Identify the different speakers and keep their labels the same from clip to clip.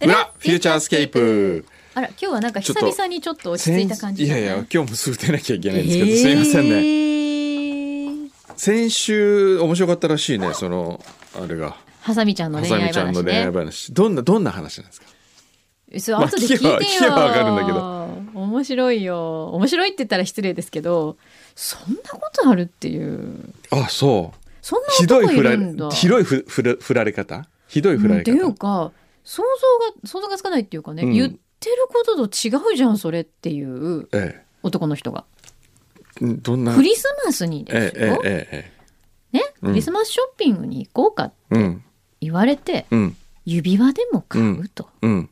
Speaker 1: ューチャースケープ
Speaker 2: あら今日はなんか
Speaker 1: ちょ
Speaker 2: 久
Speaker 1: っと
Speaker 2: 々にちょっと落ち着いた感じ
Speaker 1: い
Speaker 2: だ
Speaker 1: や
Speaker 2: ね
Speaker 1: いや今日もすぐ出なきゃいけないんですけど、すいませんね
Speaker 2: ね
Speaker 1: 先週面白かったらしいねそのあれが
Speaker 2: ハサミちゃんの
Speaker 1: ハ
Speaker 2: 恋
Speaker 1: サ
Speaker 2: 愛
Speaker 1: ミちゃんの
Speaker 2: 話
Speaker 1: 恋愛
Speaker 2: ね
Speaker 1: 話どんなどんな話なんですか
Speaker 2: それ
Speaker 1: まあ
Speaker 2: 後で聞いてよ、
Speaker 1: 聞けば聞けばわかるんだけ
Speaker 2: 面白いよ面白いって言ったら失礼ですけどそんなことあるっていう
Speaker 1: あそう
Speaker 2: そんな
Speaker 1: ひどい
Speaker 2: 男い
Speaker 1: 振ら
Speaker 2: る
Speaker 1: れ
Speaker 2: んだ
Speaker 1: ひどいふふら振られ方ひどい振ら
Speaker 2: っ
Speaker 1: れ
Speaker 2: て
Speaker 1: 方、
Speaker 2: いうか想像が想像がつかないっていうかね、
Speaker 1: うん
Speaker 2: 言ってることと違うじゃんそれっていう
Speaker 1: え
Speaker 2: 男の人が
Speaker 1: えんどんな
Speaker 2: クリスマスにですよ
Speaker 1: え、ええええ
Speaker 2: ね、
Speaker 1: うん
Speaker 2: クリスマスショッピングに行こうか
Speaker 1: えうん
Speaker 2: 言われて
Speaker 1: うん
Speaker 2: 指輪でも買うと
Speaker 1: うん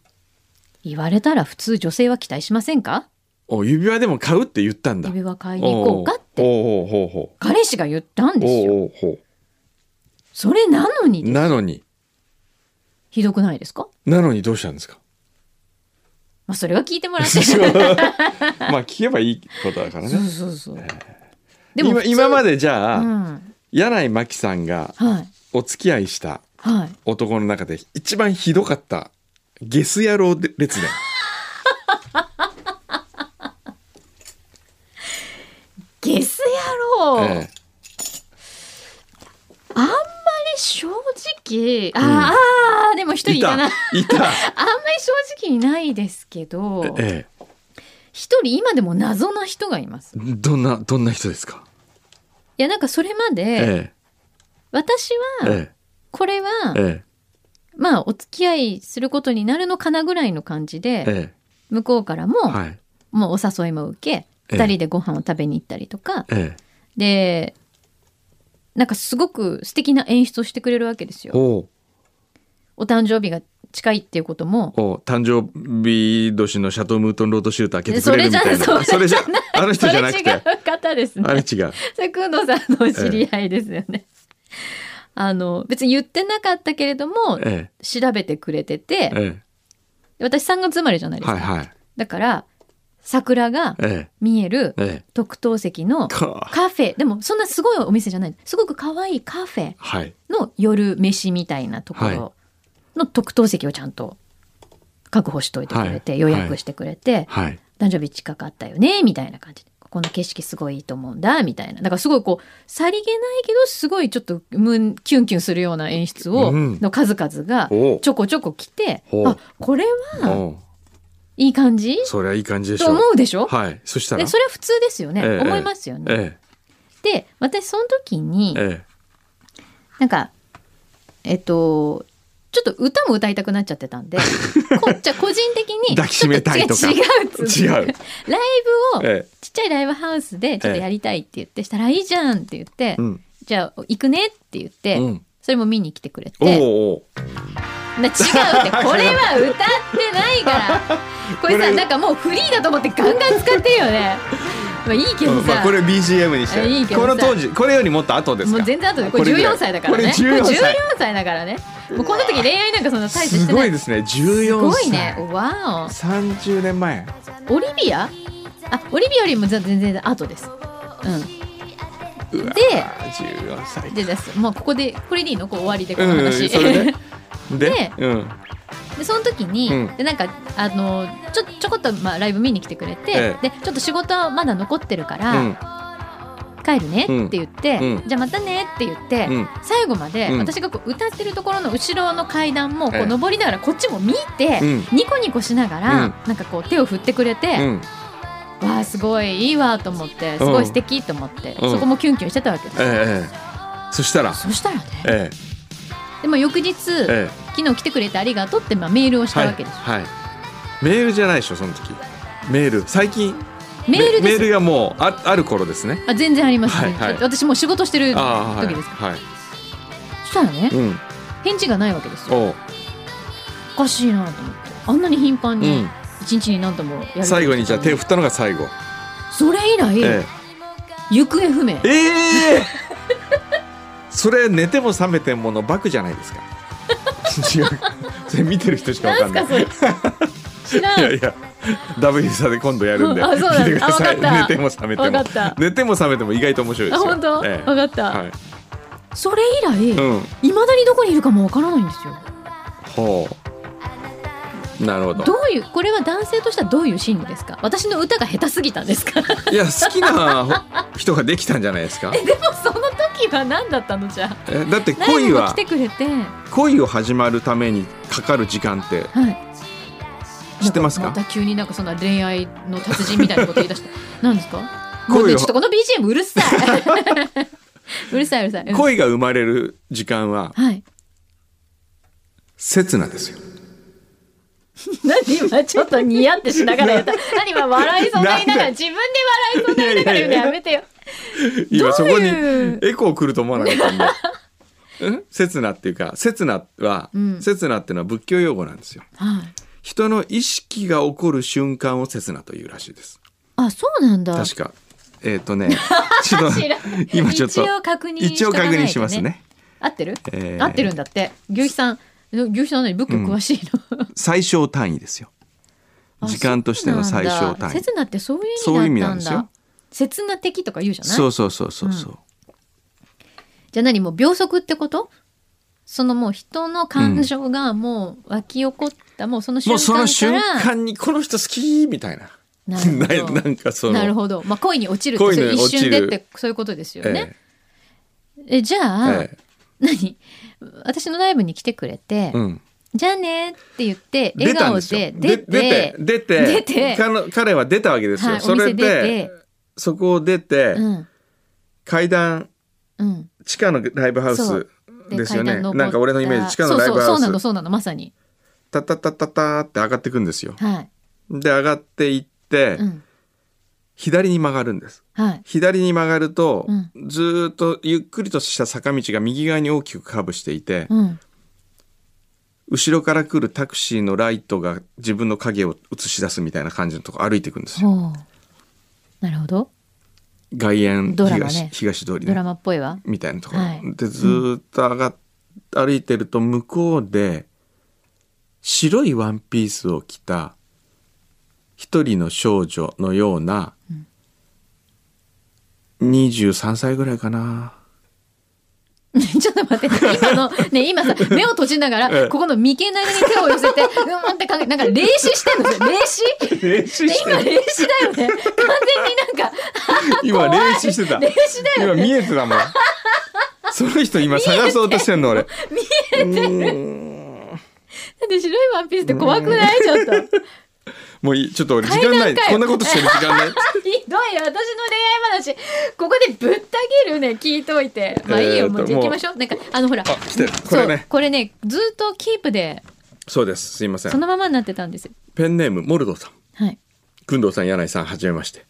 Speaker 2: 言われたら普通女性は期待しませんか
Speaker 1: お指輪でも買うって言ったんだ
Speaker 2: 指輪買いに行こうかって
Speaker 1: おうおうほうほう
Speaker 2: 彼氏が言ったんです
Speaker 1: お
Speaker 2: よ
Speaker 1: うおうほ
Speaker 2: それなの
Speaker 1: う
Speaker 2: に
Speaker 1: なのに
Speaker 2: ひどくないですか
Speaker 1: なのにどうしたんですか
Speaker 2: まあそれは聞いてもらってそう
Speaker 1: まあ聞けばいいことだ からね。
Speaker 2: そうそうでも
Speaker 1: 今
Speaker 2: 普通
Speaker 1: 今までじゃあ、
Speaker 2: うん
Speaker 1: 柳井真紀さんが
Speaker 2: はい
Speaker 1: お付き合いした
Speaker 2: はい
Speaker 1: 男の中で一番ひどかったゲス野郎で列伝。
Speaker 2: ゲス野郎、
Speaker 1: ええ
Speaker 2: あんまり正直あー、
Speaker 1: うん
Speaker 2: あーでも一人い
Speaker 1: い
Speaker 2: たな
Speaker 1: たい た。
Speaker 2: あんまり正直いないですけど
Speaker 1: ええ、
Speaker 2: 一人今でも謎な人がいますい
Speaker 1: どんなどんな人ですか。
Speaker 2: やなんかそれまで、
Speaker 1: え
Speaker 2: 私
Speaker 1: え
Speaker 2: は
Speaker 1: え
Speaker 2: これは、
Speaker 1: ええ
Speaker 2: まあお付き合いすることになるのかなぐらいの感じで、
Speaker 1: ええ
Speaker 2: 向こうからも、
Speaker 1: はい
Speaker 2: もうお誘いも受け
Speaker 1: え
Speaker 2: 2人でご飯を食べに行ったりとか、
Speaker 1: ええ
Speaker 2: でなんかすごく素敵な演出をしてくれるわけですよ。
Speaker 1: おう
Speaker 2: お誕生日が近いっていうことも
Speaker 1: おう誕生日年のシャトームートンロードシュート開けてく
Speaker 2: そ
Speaker 1: れ
Speaker 2: れ
Speaker 1: るみ
Speaker 2: じゃ
Speaker 1: たいな
Speaker 2: それじゃ
Speaker 1: じゃあ
Speaker 2: そ
Speaker 1: の人じ
Speaker 2: れ
Speaker 1: ゃな
Speaker 2: 違
Speaker 1: くて
Speaker 2: う方です
Speaker 1: あれ
Speaker 2: ね。
Speaker 1: 違う
Speaker 2: それ工藤さんのお知り合いですよね。あの別に言ってなかったけれども
Speaker 1: え
Speaker 2: 調べてくれて
Speaker 1: え
Speaker 2: て
Speaker 1: え
Speaker 2: 私3月生まれじゃないで
Speaker 1: え
Speaker 2: すか、
Speaker 1: はいはい
Speaker 2: だから桜が
Speaker 1: え
Speaker 2: 見える
Speaker 1: えええ
Speaker 2: 特等席の
Speaker 1: か
Speaker 2: カフェでもそんなすごいお店じゃないすごく可愛いカフェ
Speaker 1: はい
Speaker 2: の夜飯みたいなとこ
Speaker 1: は
Speaker 2: ろの特等席をちゃんと確保しといてくれて、
Speaker 1: はい
Speaker 2: 予約してくれて、
Speaker 1: はい
Speaker 2: 誕生日近かったよねみたいな感じでここの景色すごいいいと思うんだみたいなだからすごいこうさりげないけどすごいちょっとムンキュンキュンするような演出を、
Speaker 1: うん
Speaker 2: の数々が
Speaker 1: おう
Speaker 2: ちょこちょこ来て
Speaker 1: ほう
Speaker 2: あこれは
Speaker 1: おう
Speaker 2: いい感じ
Speaker 1: そりゃいい感じでし
Speaker 2: と
Speaker 1: ょ
Speaker 2: 思うでしょ、
Speaker 1: はいそしたら
Speaker 2: でそれは普通ですよね、
Speaker 1: ええ
Speaker 2: 思いますよね。
Speaker 1: え
Speaker 2: で私その時に、
Speaker 1: ええ
Speaker 2: なんかえっとちょっと歌も歌いたくなっちゃってた んでこっちは個人的に
Speaker 1: 抱きしめたいとか
Speaker 2: ちょっ違う違うっつって
Speaker 1: 違う
Speaker 2: ライ
Speaker 1: え
Speaker 2: ブを
Speaker 1: ええ
Speaker 2: ちっちゃいライブハウスでちょっとやりたいって言ってしたらいいじゃんって言って、
Speaker 1: うん
Speaker 2: じゃあ行くねって言って、
Speaker 1: うん
Speaker 2: それも見に来てくれ
Speaker 1: おう
Speaker 2: て
Speaker 1: おう
Speaker 2: な違うってこれは歌ってない からこれ
Speaker 1: こ
Speaker 2: さ
Speaker 1: れ
Speaker 2: なんかもうフリーだと思ってガンガン使ってるよねまあいいけど
Speaker 1: うん
Speaker 2: さ、
Speaker 1: まあこれ BGM にして
Speaker 2: いいけど
Speaker 1: こ
Speaker 2: さ
Speaker 1: の当時これよりもっと後です
Speaker 2: も
Speaker 1: か
Speaker 2: う全然後でこれ
Speaker 1: これぐらい
Speaker 2: 14歳だからね
Speaker 1: これ14歳
Speaker 2: 歳だからねもうこの時恋愛なんかそんな大してし
Speaker 1: す
Speaker 2: て
Speaker 1: ご
Speaker 2: ないい
Speaker 1: ですね14歳
Speaker 2: すごいねわ
Speaker 1: 三十年前
Speaker 2: おオリビアあオリビアよりも全然全然後ですうんで
Speaker 1: 十四歳
Speaker 2: でですもうここでこれでいいのこう終わりでこ
Speaker 1: う
Speaker 2: の
Speaker 1: んうん
Speaker 2: 話、
Speaker 1: それでで
Speaker 2: で
Speaker 1: うん
Speaker 2: でその時に、
Speaker 1: うん
Speaker 2: でなんかあのちょちょこっと、まあ、ライブ見に来てくれて、
Speaker 1: え
Speaker 2: でちょっと仕事はまだ残ってるか
Speaker 1: う
Speaker 2: ら、
Speaker 1: ん
Speaker 2: 帰るねって言って、
Speaker 1: うん
Speaker 2: じゃあまたねって言って、
Speaker 1: うん
Speaker 2: 最後まで
Speaker 1: うん
Speaker 2: 私がこう歌ってるところの後ろの階段もこ
Speaker 1: ええ
Speaker 2: う上りながらこっちも見て、
Speaker 1: うん
Speaker 2: ニコニコしながら、
Speaker 1: うん
Speaker 2: なんかこう手を振ってくれ
Speaker 1: う
Speaker 2: て、
Speaker 1: ん
Speaker 2: わあすごいいいわと思ってすごい素敵と思って、
Speaker 1: うん
Speaker 2: そこもキュンキュンしてたわけです、
Speaker 1: ええええそしたら
Speaker 2: そしたらね、
Speaker 1: え
Speaker 2: でも翌日、
Speaker 1: えええ
Speaker 2: 昨日来てくれてありがとうってまあメールをした
Speaker 1: はい
Speaker 2: わけです、
Speaker 1: はいメールじゃないでしょその時メール最近
Speaker 2: メール
Speaker 1: メ
Speaker 2: で
Speaker 1: ー
Speaker 2: す
Speaker 1: ルがもうあある頃ですね
Speaker 2: あ全然あります、
Speaker 1: はいはい
Speaker 2: 私もう仕事してる
Speaker 1: ああはい
Speaker 2: 時ですから
Speaker 1: はい
Speaker 2: そしたらね
Speaker 1: うん
Speaker 2: 返事がないわけですよ
Speaker 1: おう
Speaker 2: おかしいなと思ってあんなに頻繁
Speaker 1: う
Speaker 2: に
Speaker 1: ん
Speaker 2: 一日に何度もやること
Speaker 1: 最後にじゃあ手を振ったのが最後
Speaker 2: それ以来、
Speaker 1: え
Speaker 2: 行方不明
Speaker 1: ええ えそれ寝ても覚めてものバクじゃないで すか違うそれ見てる人しかわかんな
Speaker 2: な
Speaker 1: い
Speaker 2: んすかそれ知らん
Speaker 1: いやいや W 差で今度やるんで
Speaker 2: あそうなんだ
Speaker 1: 見てください
Speaker 2: あわかった
Speaker 1: 寝ても覚めて
Speaker 2: わか
Speaker 1: も
Speaker 2: った
Speaker 1: 寝ても覚めても意外と面白いで
Speaker 2: あ
Speaker 1: すよ
Speaker 2: 本当、
Speaker 1: ええ
Speaker 2: 分かった、
Speaker 1: はい
Speaker 2: それ以来
Speaker 1: うん
Speaker 2: いま、未だにどこにいるかもわからないんですよ
Speaker 1: ほうなるほど
Speaker 2: どういうこれは男性としてはどういう心理ですか私の歌が下手すぎたんです か
Speaker 1: いや好きな人ができたんじゃないですか
Speaker 2: えでもその時は何だったのじゃあ
Speaker 1: えだって
Speaker 2: ライ
Speaker 1: 恋
Speaker 2: ブも来
Speaker 1: は
Speaker 2: てくれて
Speaker 1: 恋を始まるためにかかる時間って
Speaker 2: はい
Speaker 1: 知ってますか
Speaker 2: なんまた急になんかそんな恋愛の達人みたいなこと言い出 した何ですかも
Speaker 1: 恋を
Speaker 2: うねちょっとこの BGM うるさい うるさいうるさい、うん
Speaker 1: 恋が生まれる時間は
Speaker 2: はい
Speaker 1: 刹那ですよ
Speaker 2: 何今ちょっとニヤってしながらやった何今笑いそうになりながら自分で笑いそうになりながら言うのやめてよ
Speaker 1: 今そこに
Speaker 2: どういう
Speaker 1: エコー来ると思わなか ったんでん刹那っていうか刹那は、
Speaker 2: うん
Speaker 1: 刹那っていうのは仏教用語なんですよ
Speaker 2: はい
Speaker 1: 人の意識が起こる瞬間を刹那というらしいです
Speaker 2: あそうなんだ
Speaker 1: 確かえっ、とねちょっと
Speaker 2: 知らん
Speaker 1: 今ちょっと
Speaker 2: 一応確認し
Speaker 1: 一
Speaker 2: と
Speaker 1: 応
Speaker 2: かない
Speaker 1: 確
Speaker 2: とね
Speaker 1: 認しますね
Speaker 2: 合ってる、
Speaker 1: えー
Speaker 2: 合ってるんだって牛肥さん牛肥さん何仏教詳しいの、
Speaker 1: 最小単位ですよ
Speaker 2: あ
Speaker 1: 時間としての最
Speaker 2: そうな
Speaker 1: 小
Speaker 2: んだ
Speaker 1: 単位
Speaker 2: 刹那ってそういう
Speaker 1: そういう
Speaker 2: 意
Speaker 1: 意
Speaker 2: 味
Speaker 1: 味
Speaker 2: だ
Speaker 1: な
Speaker 2: った
Speaker 1: ん
Speaker 2: ん
Speaker 1: です
Speaker 2: だ
Speaker 1: よ
Speaker 2: 刹那的とか言うじゃない
Speaker 1: そうそうそうそうそう、
Speaker 2: じゃあ何もう秒速ってことそのもう人の感情がもう湧き起こった、もうその瞬
Speaker 1: も
Speaker 2: 間
Speaker 1: う
Speaker 2: か
Speaker 1: そ
Speaker 2: ら
Speaker 1: の瞬間にこの人好きみたいな
Speaker 2: なるほど
Speaker 1: なんかその
Speaker 2: なるほど、まあ、恋に落ちるって
Speaker 1: 恋
Speaker 2: そ
Speaker 1: に
Speaker 2: れ一瞬でっ
Speaker 1: 落ち
Speaker 2: てそういうことですよ
Speaker 1: ええ
Speaker 2: ね。えじゃあ、
Speaker 1: ええ
Speaker 2: 何 私のライブに来てくれて、
Speaker 1: うん、
Speaker 2: じゃあねって言って
Speaker 1: 出
Speaker 2: 笑
Speaker 1: たん
Speaker 2: 顔
Speaker 1: ですよ
Speaker 2: で出て
Speaker 1: 出て出て
Speaker 2: 出て
Speaker 1: 彼彼は出たわけですよ、
Speaker 2: はい、お
Speaker 1: そ
Speaker 2: 店
Speaker 1: れ
Speaker 2: 出て
Speaker 1: でそこを出て、
Speaker 2: うん
Speaker 1: 階段
Speaker 2: うん、
Speaker 1: 地下のライブハウ
Speaker 2: そう
Speaker 1: スですよね
Speaker 2: 階段登った
Speaker 1: なんか俺のイメージ地下のライ
Speaker 2: そ
Speaker 1: ブハ
Speaker 2: うそうそうなの
Speaker 1: ウス
Speaker 2: そうなのまさに
Speaker 1: タタタタタって上がってくんですよ
Speaker 2: はい、
Speaker 1: で上がっていって、
Speaker 2: うん、
Speaker 1: 左に曲がるんです
Speaker 2: はい
Speaker 1: 左に曲がると、
Speaker 2: うん
Speaker 1: ずーっとゆっくりとした坂道が右側に大きくカーブしていて、
Speaker 2: うん
Speaker 1: 後ろから来るタクシーのライトが自分の影を映し出すみたいな感じのとこ歩いていくんですよ
Speaker 2: ほうなるほど
Speaker 1: 外苑
Speaker 2: ド
Speaker 1: 東,、
Speaker 2: ラマね
Speaker 1: 東通り
Speaker 2: ドラ
Speaker 1: ね
Speaker 2: マっぽいわ
Speaker 1: みたいなところ、
Speaker 2: はい
Speaker 1: でずーっと上がっ歩いてると向こうで白いワンピースを着た一人の少女のような、23歳ぐらいかな
Speaker 2: ちょっと待って、今の、ね、今さ、目を閉じなが
Speaker 1: え
Speaker 2: ら、
Speaker 1: え
Speaker 2: ここの眉間の間に手を寄せて、うんってかけ、なんか、霊視してんのよ。霊 視
Speaker 1: 練習
Speaker 2: ね今、霊視だよね。完全になんか、
Speaker 1: 今練習してた
Speaker 2: 霊視だよ
Speaker 1: 今見えて たもんその人今探そうとしてんの俺見えて
Speaker 2: だって白いワンピースって怖くないちょっと。
Speaker 1: もういいちょっと俺時間
Speaker 2: 階
Speaker 1: な
Speaker 2: 段
Speaker 1: い
Speaker 2: かよ
Speaker 1: こんなことしてる時 間ない
Speaker 2: ひどい、私の恋愛話、ここでぶった切るね、聞いといて。まあいい
Speaker 1: えー
Speaker 2: よ、
Speaker 1: と
Speaker 2: もうじゃあ行きましょう。なんか、あの、ほら。
Speaker 1: あ来てるこれ
Speaker 2: そう
Speaker 1: ね
Speaker 2: これね、ずっとキープで、
Speaker 1: そうですすいませ
Speaker 2: そ
Speaker 1: ん
Speaker 2: のままになってたんですよ。
Speaker 1: ペンネームモルドさん
Speaker 2: はい。
Speaker 1: 工藤さん柳井さんはじめまして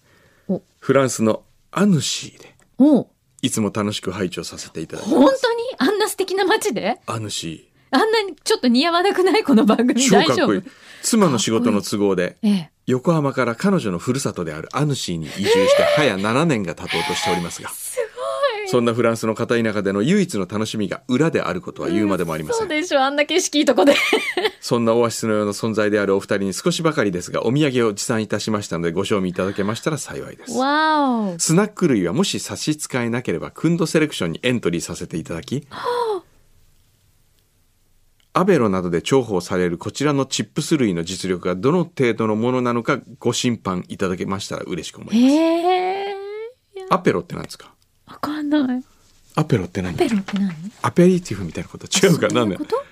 Speaker 2: お
Speaker 1: フランスのアヌシーで
Speaker 2: おう
Speaker 1: いつも楽しく拝聴させていただいて
Speaker 2: 本当にあんな素敵な街で
Speaker 1: アヌシ
Speaker 2: あんなにちょっと似合わなくないこの番組
Speaker 1: ー超
Speaker 2: 大
Speaker 1: かっ
Speaker 2: 丈
Speaker 1: こ
Speaker 2: 夫
Speaker 1: いい妻の仕事の都合で
Speaker 2: ええ。
Speaker 1: 横浜から彼女のふるさとであるアヌシーに移住して早7年が経とうとしておりますが
Speaker 2: すごい。
Speaker 1: そんなフランスの片田舎での唯一の楽しみが裏であることは言うまでもありませ。
Speaker 2: そうんでしょ、あんな景色いいと こで。
Speaker 1: そんなオアシスのような存在であるお二人に少しばかりですが、お土産を持参いたしましたのでご賞味いただけましたら幸いです。
Speaker 2: わお。
Speaker 1: スナック類はもし差し支えなければ、クンドセレクションにエントリーさせていただき、アベロなどで重宝されるこちらのチップス類の実力がどの程度のものなのかご審判いただけましたら嬉しく思います。
Speaker 2: へえ。いや
Speaker 1: アペロって何ですか
Speaker 2: わかんない。
Speaker 1: アペロって何
Speaker 2: ペロって何
Speaker 1: アペリティフみたいなこと違う
Speaker 2: そ
Speaker 1: から
Speaker 2: う
Speaker 1: ないん
Speaker 2: う
Speaker 1: だ
Speaker 2: こ
Speaker 1: よ。
Speaker 2: と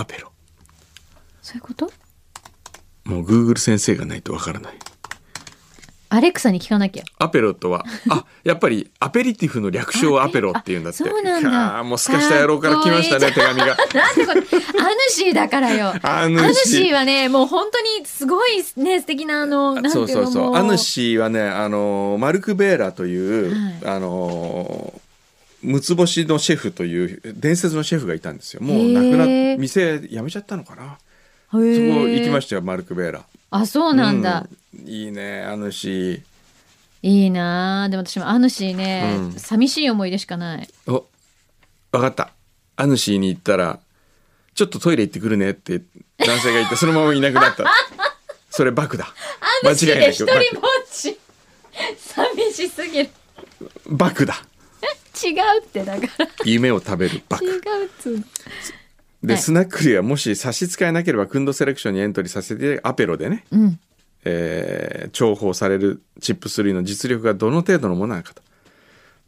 Speaker 1: アペロ。
Speaker 2: そういうこと
Speaker 1: もう Google 先生がないとわからない。
Speaker 2: アレクサに聞かなきゃ。
Speaker 1: アペロとは、あ、やっぱりアペリティフの略称をアペロって言うんだって。
Speaker 2: あそうなんだ
Speaker 1: いやーもうすかした野郎から来ましたね、手紙が。
Speaker 2: なんてこと、アヌシーだからよ。
Speaker 1: アヌシー
Speaker 2: はね、もう本当にすごいね、素敵なあの、なんていう
Speaker 1: そ
Speaker 2: の
Speaker 1: うそうそ
Speaker 2: も
Speaker 1: う。アヌシーはね、あのー、マルク・ベーラという、
Speaker 2: はい
Speaker 1: あのー、六つ星のシェフという伝説のシェフがいたんですよ。もう亡く
Speaker 2: へ
Speaker 1: な
Speaker 2: ー
Speaker 1: っ、店辞めちゃったのかな。
Speaker 2: そこ
Speaker 1: そこ行きま
Speaker 2: た。
Speaker 1: したよ、マルク・ベーラ。
Speaker 2: あ、そうなんだ。
Speaker 1: うんいいね、アヌシ
Speaker 2: いいなあでも私もアヌシーね、
Speaker 1: うん
Speaker 2: 寂しい思い出しかない。
Speaker 1: ー。お、わかった。アヌシーに行ったら、ちょっとトイレ行ってくるねって男性が言って、そのままいなくなった。それバク だ。
Speaker 2: アヌシーで一人
Speaker 1: 間違いない
Speaker 2: ぼっち。寂しすぎる。
Speaker 1: バクだ。
Speaker 2: 違うってだから
Speaker 1: 夢を食べるバ
Speaker 2: 違
Speaker 1: ク。
Speaker 2: うっつうの
Speaker 1: で、
Speaker 2: はい
Speaker 1: スナックリはもし差し支えなければクンドセレクションにエントリーさせてアペロでね、
Speaker 2: うん。
Speaker 1: えー重宝されるチップス類の実力がどの程度のものなのかと。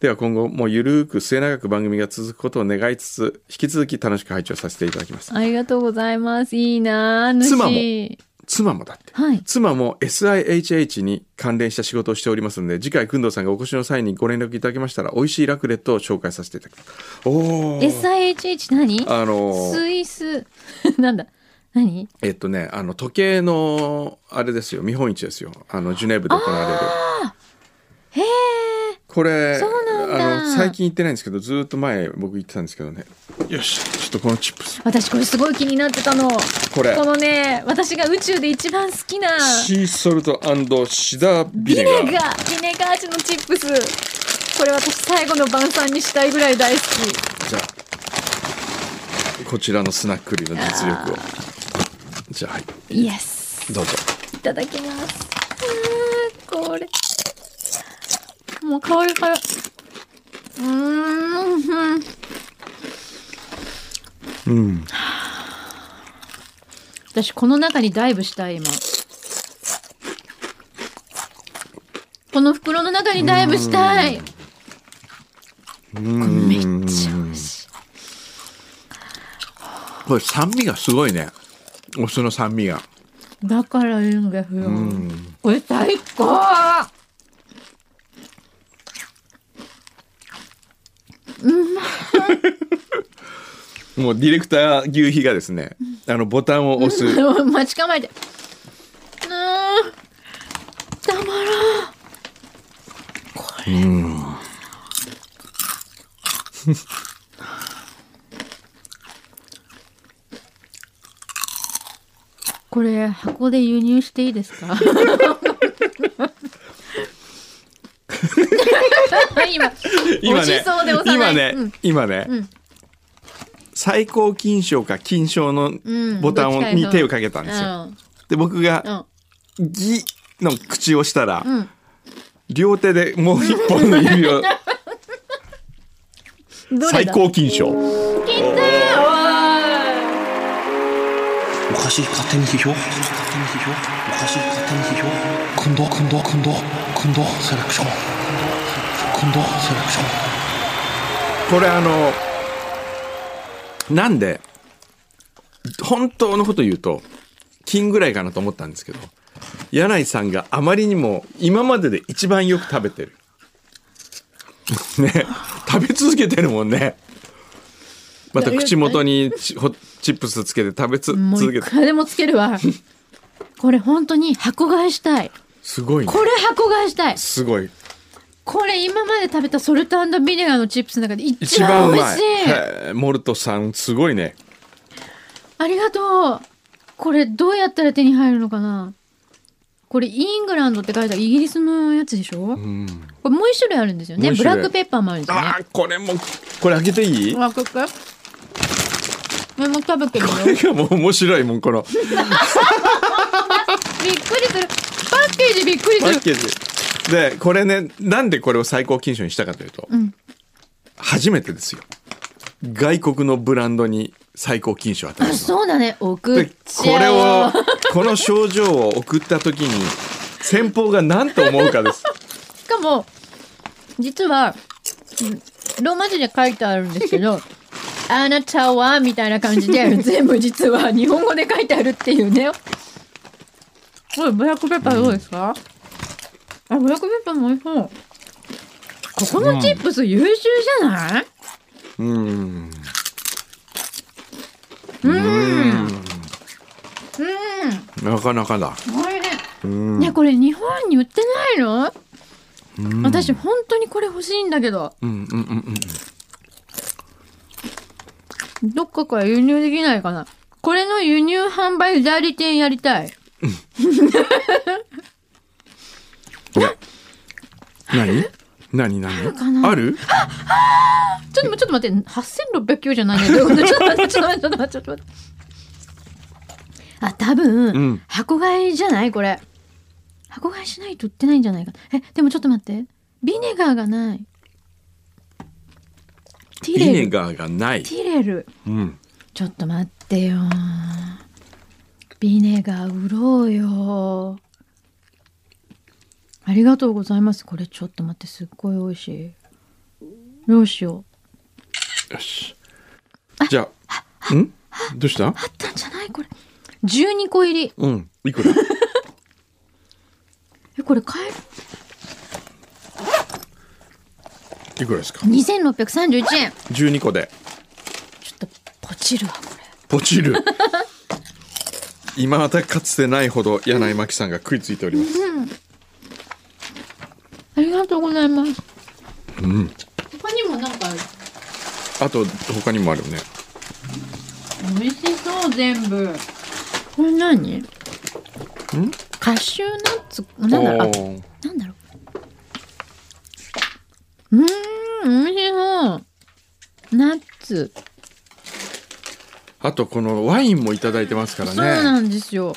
Speaker 1: では今後もゆるーく末永く番組が続くことを願いつつ引き続き楽しく拝聴させていただきます
Speaker 2: ありがとうございます。いいなあ主。
Speaker 1: 妻も妻もだって
Speaker 2: はい。
Speaker 1: 妻も SIHH に関連した仕事をしておりますので次回工藤さんがお越しの際にご連絡いただきましたら美味しいラクレットを紹介させていただきますおー
Speaker 2: SIHH 何
Speaker 1: あのー
Speaker 2: スイス。 なんだ何
Speaker 1: えっとねあの時計のあれですよ見本市ですよあのジュネーブで行わ
Speaker 2: へ
Speaker 1: れる
Speaker 2: え。
Speaker 1: これ
Speaker 2: そうなんだ
Speaker 1: あの最近行ってないんですけどずーっと前僕行ってたんですけどねよしちょっとこのチップス
Speaker 2: 私これすごい気になってたの。
Speaker 1: これ
Speaker 2: このね、私が宇宙で一番好きな
Speaker 1: シーソルトシダー
Speaker 2: ビ
Speaker 1: ビネ
Speaker 2: ネ
Speaker 1: ガ
Speaker 2: ガー、
Speaker 1: ー
Speaker 2: ビネガー味のチップス。これ私最後の晩餐にしたいぐらい大好き。
Speaker 1: じゃあこちらのスナック類の実力をじゃあはい
Speaker 2: イエス。
Speaker 1: どうぞ
Speaker 2: いただきます。うーんこれ。もう香りから。うーん。うん
Speaker 1: うん
Speaker 2: 私この中にダイブしたい今。この袋の中にダイブしたい。これめっちゃ美味しい。
Speaker 1: これ酸味がすごいねお酢の酸味が
Speaker 2: だからいいんですよ。これ最高。
Speaker 1: もうディレクター牛皮がですねあのボタンを押す
Speaker 2: 待ち構えて。うーん。たまらん。これ。これ箱で輸入していいですか 今
Speaker 1: 今
Speaker 2: 美味
Speaker 1: ね
Speaker 2: しそうで押さな
Speaker 1: 今
Speaker 2: い
Speaker 1: ね、
Speaker 2: うん
Speaker 1: 今ね、
Speaker 2: うん
Speaker 1: 最高金賞か金賞の
Speaker 2: うん
Speaker 1: ボタン
Speaker 2: ど
Speaker 1: を
Speaker 2: っちか
Speaker 1: に
Speaker 2: そう
Speaker 1: 手をかけたんですよ、で僕
Speaker 2: う
Speaker 1: が
Speaker 2: ん
Speaker 1: 「ギ」の口をしたら、
Speaker 2: うん
Speaker 1: 両手でもう一本の 指を
Speaker 2: うんどれ
Speaker 1: 最
Speaker 2: だ
Speaker 1: 高金賞
Speaker 2: 切ったよおい
Speaker 3: おかしい勝手に批評おかしい勝手に批評おかしい勝手に批評くんどくんどくんどくんどセレクションくんどセレクション
Speaker 1: これあのなんで本当のこと言うと金ぐらいかなと思ったんですけど柳井さんがあまりにも今までで一番よく食べてる ね食べ続けてるもんねまた口元にチホチップスつけて食べつ
Speaker 2: も
Speaker 1: 続
Speaker 2: うい
Speaker 1: けて
Speaker 2: くらでもつけるわ。これ本当に箱買いしたい。
Speaker 1: すごいね
Speaker 2: これ箱買いしたい。
Speaker 1: すごい
Speaker 2: これ今まで食べたソルトビネガーのチップスの中で一
Speaker 1: 一
Speaker 2: 番
Speaker 1: 番う
Speaker 2: 美
Speaker 1: まい
Speaker 2: 味しい。
Speaker 1: はいモルトさんすごいね
Speaker 2: ありがとう。これどうやったら手に入るのかなこれイングランドって書いてあるイギリスのやつでしょ、これもう一種類あるんですよね。
Speaker 1: もう一
Speaker 2: ブ
Speaker 1: 種類
Speaker 2: ラックペッパーもあるんですよね
Speaker 1: あ。あこれもこれ開けていい
Speaker 2: わくくメモ食べてるよ。
Speaker 1: これがもう面 白いもんこの
Speaker 2: びっくりする。パッケージびっくり
Speaker 1: パッ
Speaker 2: する。
Speaker 1: ケージでこれねなんでこれを最高金賞にしたかというと、
Speaker 2: ん
Speaker 1: 初めてですよ外国のブランドに最高金賞を与え
Speaker 2: あ
Speaker 1: る
Speaker 2: そうだね。送
Speaker 1: で
Speaker 2: っ
Speaker 1: こ
Speaker 2: ちゃおう
Speaker 1: れをこの賞状を送った時に先方が何と思うかです
Speaker 2: しかも、実は、うんローマ字で書いてあるんですけど、あなたは、みたいな感じで、全部実は日本語で書いてあるっていうね。これ、ブラックペッパーどうですか、あ、ブラックペッパーも美味しそう。ここのチップス優秀じゃない、
Speaker 1: うんなかなかだ
Speaker 2: これね、ね、これ日本に売ってないの、私本当にこれ欲しいんだけど、
Speaker 1: うんうんうんうん
Speaker 2: どっかから輸入できないかな。これの輸入販売代理店やりたい。
Speaker 1: 何何何ある
Speaker 2: ちょっとちょっと待って、8609じゃないね。どういうことちょっと待って、ちょっと待って、ちょっと待って、ちょっと待って。あ、多分、
Speaker 1: うん
Speaker 2: 箱買いじゃないこれ。箱買いしないと売ってないんじゃないかな。え、でもちょっと待って。ビネガーがない。ティ
Speaker 1: ビ
Speaker 2: レ
Speaker 1: ネ
Speaker 2: ル。
Speaker 1: ガーがない
Speaker 2: ティレル。
Speaker 1: うん
Speaker 2: ちちょっと待ってよビネガー売ろうよありがとうございますこれちょっと待ってすっごい美味しいどうしよう
Speaker 1: よし。じゃあ、んどうした
Speaker 2: あったんじゃないこれ12個入り
Speaker 1: うん。いくら
Speaker 2: えこれ買える
Speaker 1: いくらですか
Speaker 2: 2631円
Speaker 1: ?12 個で。
Speaker 2: ちょっとポチるわこれ
Speaker 1: ポチる。 今またかつてないほど柳井真紀さんが食いついております。
Speaker 2: ありがとうございます他にもなんか
Speaker 1: あと、他にもあるよね。
Speaker 2: 美味しそう全部これ何んカシューナッツなんだろうあ
Speaker 1: おー
Speaker 2: なんだろううーん美味しそうナッツ、
Speaker 1: あと、このワインもいただいてますから
Speaker 2: そう
Speaker 1: ね。
Speaker 2: なんですよ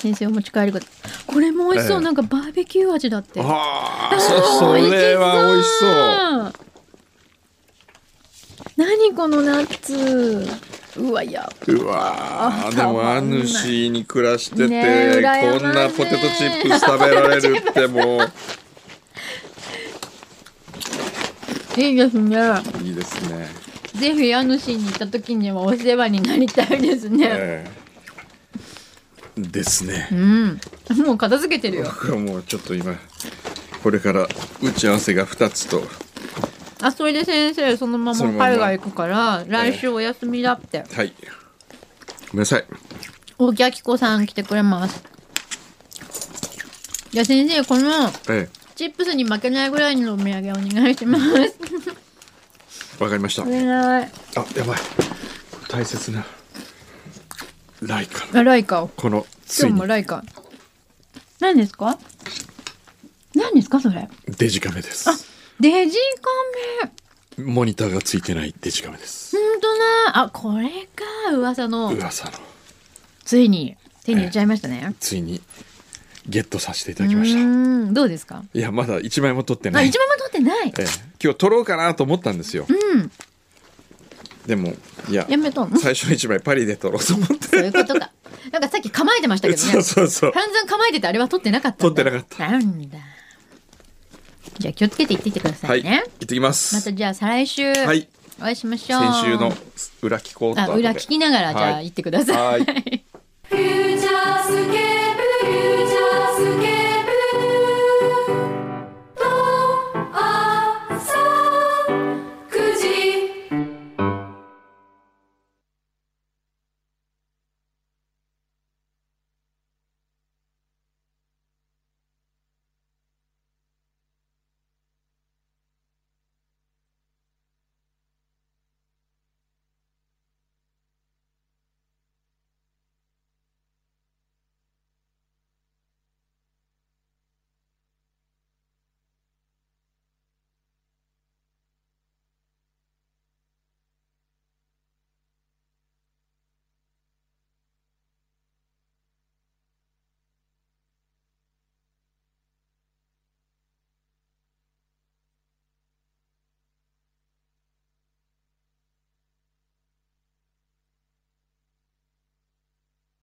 Speaker 2: 先生お持ち帰りくだこれも美味しそう、
Speaker 1: ええ
Speaker 2: なんかバーベキュー味だって
Speaker 1: ああ、そ、それは美味しそう。
Speaker 2: 何このナッツうわや
Speaker 1: うわーでもアヌシーに暮らしてて、
Speaker 2: ねえ羨ましい
Speaker 1: こんなポテトチップス食べられるっても
Speaker 2: いいですね
Speaker 1: ういいですね、
Speaker 2: ぜひ家主に行った時にはお世話になりたいですね、
Speaker 1: ええですね
Speaker 2: うんもう片付けてるよ
Speaker 1: 僕はもうちょっと今これから打ち合わせが2つと
Speaker 2: あそれで先生そのま
Speaker 1: そ
Speaker 2: ま
Speaker 1: のまま
Speaker 2: 海外行くから来週お休みだって、
Speaker 1: はいごめんなさい
Speaker 2: 大木明子さん来てくれますじゃあ先生この
Speaker 1: え
Speaker 2: チップスに負けないぐらいのお土産お願いします
Speaker 1: えわかりました
Speaker 2: お願い
Speaker 1: あやばい大切なライカの
Speaker 2: あライカを
Speaker 1: このつ
Speaker 2: 今
Speaker 1: い
Speaker 2: 日
Speaker 1: に
Speaker 2: もライカ何ですか何ですかそれ
Speaker 1: デジカメです
Speaker 2: デジカメ
Speaker 1: モニターがついてないデジカメです
Speaker 2: ほんとだあこれか噂の
Speaker 1: 噂の
Speaker 2: ついに手に入れちゃいましたね
Speaker 1: ついにゲットさせていうただきました
Speaker 2: ーんどうですか
Speaker 1: いやまだ1枚も取って
Speaker 2: あ
Speaker 1: ない
Speaker 2: 一番も撮ってない
Speaker 1: ええ今日取ろうかなと思ったんですよ、
Speaker 2: うん
Speaker 1: でもいや
Speaker 2: やめとんそ
Speaker 1: 最初の1枚パリで取ろうと思っ
Speaker 2: う
Speaker 1: て
Speaker 2: いうことかなんかさっき構えてましたけど
Speaker 1: そう
Speaker 2: ね
Speaker 1: そうそう
Speaker 2: 完全構えててあれは撮ってなかったんだ
Speaker 1: 撮ってなかった
Speaker 2: なんだじゃあ気をつけて行ってきてくださ
Speaker 1: はい
Speaker 2: いね、
Speaker 1: 行ってきます
Speaker 2: またじゃあ再来週
Speaker 1: はい
Speaker 2: お会いしましょう、
Speaker 1: 先週の裏聞こうと
Speaker 2: あ
Speaker 1: 後で
Speaker 2: 裏聞きながらじゃあ
Speaker 1: はい
Speaker 2: 行ってください、
Speaker 1: は
Speaker 4: 「フューチャースケープ」